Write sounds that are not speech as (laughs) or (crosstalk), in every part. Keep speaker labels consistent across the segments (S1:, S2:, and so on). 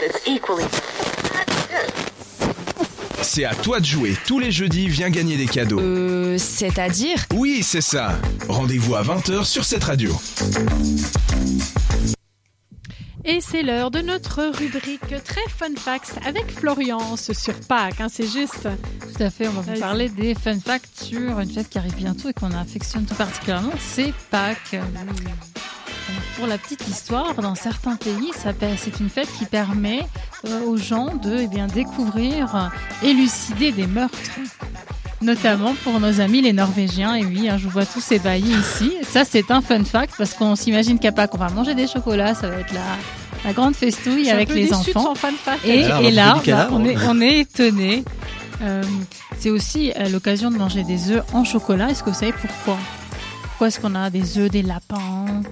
S1: that's equally.
S2: C'est à toi de jouer. Tous les jeudis, viens gagner des cadeaux.
S3: Euh, c'est-à-dire
S2: Oui, c'est ça. Rendez-vous à 20h sur cette radio.
S4: Et c'est l'heure de notre rubrique très fun facts avec Florian sur Pâques, hein, c'est juste. Euh,
S5: Tout à fait, on va
S4: Vas-y.
S5: vous parler des fun facts sur une fête qui arrive bientôt et qu'on affectionne tout particulièrement, c'est Pâques. Pour la petite histoire, dans certains pays, ça pa- c'est une fête qui permet euh, aux gens de eh bien, découvrir, euh, élucider des meurtres. Notamment pour nos amis les Norvégiens. Et oui, hein, je vous vois tous ébahis ici. Ça, c'est un fun fact parce qu'on s'imagine qu'à Pâques, on va manger des chocolats, ça va être la, la grande
S4: Je
S5: festouille
S4: suis un
S5: avec
S4: peu
S5: les
S4: déçue de
S5: enfants.
S4: son fun fact.
S5: Et,
S6: Alors,
S5: et
S6: Eh on
S5: là,
S6: fait du
S5: bah,
S6: cadavre.
S5: on est, on est étonné. Euh, c'est aussi euh, l'occasion de manger des œufs en chocolat. Est-ce que vous savez pourquoi Pourquoi est-ce qu'on a des œufs, des lapins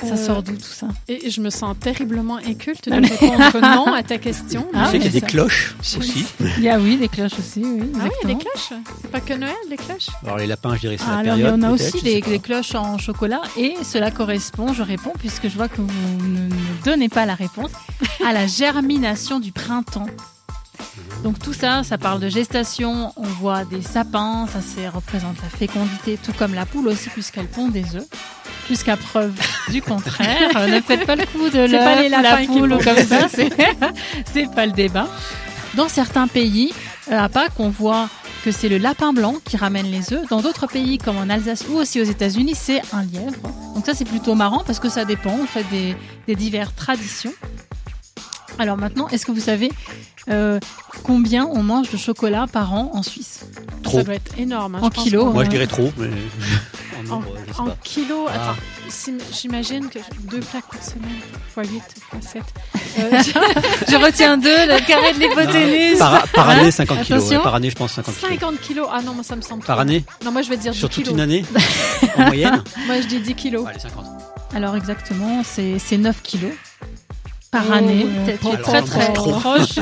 S5: Ça
S4: Euh,
S5: sort d'où tout ça
S4: Et je me sens terriblement inculte de
S5: Non, mais-
S4: répondre non à ta question.
S5: Ah,
S6: tu sais qu'il y a
S5: mais
S6: des
S5: ça-
S6: cloches aussi.
S5: Il y a oui, des cloches aussi. Oui,
S4: Ah oui,
S5: exactement.
S4: les cloches. C'est pas que Noël, les cloches.
S6: Alors les lapins, je dirais c'est
S5: Ah,
S6: la
S5: alors,
S6: période.
S5: on a
S6: peut-être,
S5: aussi
S6: je sais
S5: des,
S6: pas.
S5: des cloches en chocolat et cela correspond, je réponds, puisque je vois que vous ne me donnez pas la réponse, à la germination du printemps. Donc tout ça, ça parle de gestation, on voit des sapins, ça c'est- représente la fécondité, tout comme la poule aussi, puisqu'elle pond des œufs. Jusqu'à preuve du contraire, Euh, ne faites pas le coup de
S4: C'est pas
S5: l'œuf
S4: les
S5: ou la
S4: lapins qui
S5: poule ou
S4: pondent
S5: comme
S4: des
S5: ça, c'est (laughs) c'est pas le débat. Dans certains pays, euh, à Pâques, on voit que c'est le lapin blanc qui ramène les œufs. Dans d'autres pays, comme en Alsace ou aussi aux États-Unis, c'est un lièvre. Donc ça, c'est plutôt marrant parce que ça dépend en fait des, des diverses traditions. Alors maintenant, est-ce que vous savez euh, combien on mange de chocolat par an en Suisse
S6: Trop.
S4: Ça doit être énorme. hein.
S5: En
S4: Je pense
S5: kilos,
S4: qu'on-
S6: Moi je dirais trop,
S5: (laughs)
S6: mais en nombre, je sais
S4: En
S6: pas.
S4: kilos,
S6: Ah.
S4: attends, si- j'imagine que deux plaques par semaine, fois 8, fois
S6: (laughs)
S4: Euh, 7.
S5: Je retiens deux, le carré de l'hypoténuse.
S6: Par, par
S5: Hein
S6: année 50 kilos.
S5: Attention.
S6: ouais, Par année je pense 50 kilos.
S4: 50 kilos. Ah non, moi ça me semble
S6: Par
S4: trop.
S6: année
S4: Non, moi je vais dire 10
S6: Sur toute
S4: kilos.
S5: (laughs)
S6: une année En moyenne
S4: Moi je dis 10 kilos.
S6: Allez 50.
S5: Alors exactement, c'est c'est 9 kilos par
S4: Oh,
S5: année.
S4: ouais.
S5: Peut-être
S4: Trop,
S5: qu'il est
S6: trop,
S5: très très
S6: trop.
S5: proche.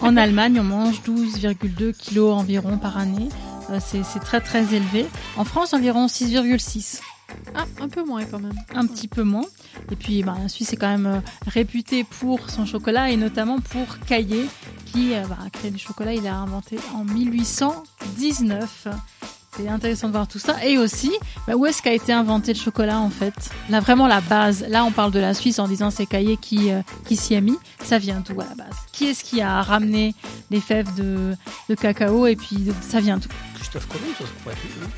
S5: en Allemagne, on mange 12,2 kilos environ par année. Euh, C'est c'est très très élevé. En France, environ 6,6.
S4: Ah, un peu moins quand même.
S5: un petit peu moins. Et puis, bah, la Suisse est quand même euh, réputée pour son chocolat et notamment pour Caillé, qui euh, bah, a créé du chocolat. Il a inventé en 1819. C'est intéressant de voir tout ça. Et aussi, bah, où est-ce qu'a été inventé le chocolat en fait Là, vraiment la base. Là, on parle de la Suisse en disant c'est Caillé qui, euh, qui s'y est mis. Ça vient d'où à la base Qui est-ce qui a ramené les fèves de, de cacao Et puis, de- ça vient d'où
S6: Christophe Colomb, ça se pourrait être, hein.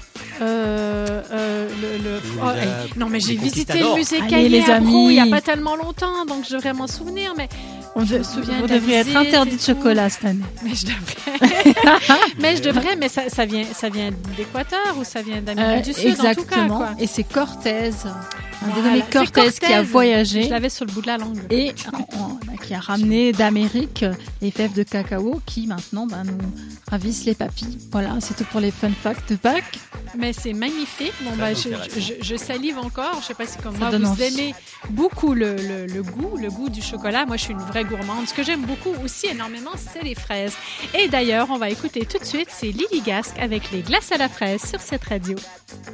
S4: Euh, euh, le, le-
S6: Les,
S4: oh,
S6: euh,
S4: non mais j'ai
S6: les
S4: visité le
S6: conquistadors.
S4: musée
S5: Allez,
S4: Caillé
S5: les
S4: à Brou il n'y a
S5: amis.
S4: pas tellement longtemps, donc je devrais m'en souvenir. Mais,
S5: On,
S4: Je me
S5: de-
S4: souviens
S5: on
S4: de la
S5: devrait être
S4: visite et
S5: interdit de
S4: tout.
S5: chocolat cette année.
S4: mais je devrais. mais je devrais. Mais ça, ça vient, ça vient d'Équateur ou ça vient d'Amérique du
S5: Euh,
S4: Sud en tout cas.
S5: exactement.
S4: Quoi.
S5: Et c'est Cortez, un
S4: Voilà,
S5: dénommé
S4: c'est
S5: Cortez, qui a
S4: Cortez. Je
S5: voyagé
S4: l'avais sur le bout de la langue.
S5: et en- en- bah, qui a ramené d'Amérique euh, les fèves de cacao qui maintenant bah, nous ravissent les papilles. Voilà, c'est tout pour les fun facts de Pâques.
S4: Mais c'est magnifique. Bon,
S6: Très
S4: bah, je,
S6: intéressant.
S4: je- je salive encore. Je sais pas si comme moi,
S5: donne
S4: vous
S5: envie.
S4: aimez beaucoup le, le- le goût, le goût du chocolat. Moi, je suis une vraie gourmande. Ce que j'aime beaucoup aussi énormément, c'est les fraises. Et d'ailleurs, on va écouter tout de suite, c'est Lily Gasque avec les glaces à la fraise sur cette radio.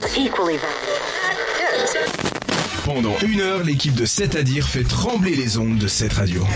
S1: It's equally valid.
S2: Pendant une heure, l'équipe de C'est à dire fait trembler les ondes de cette radio.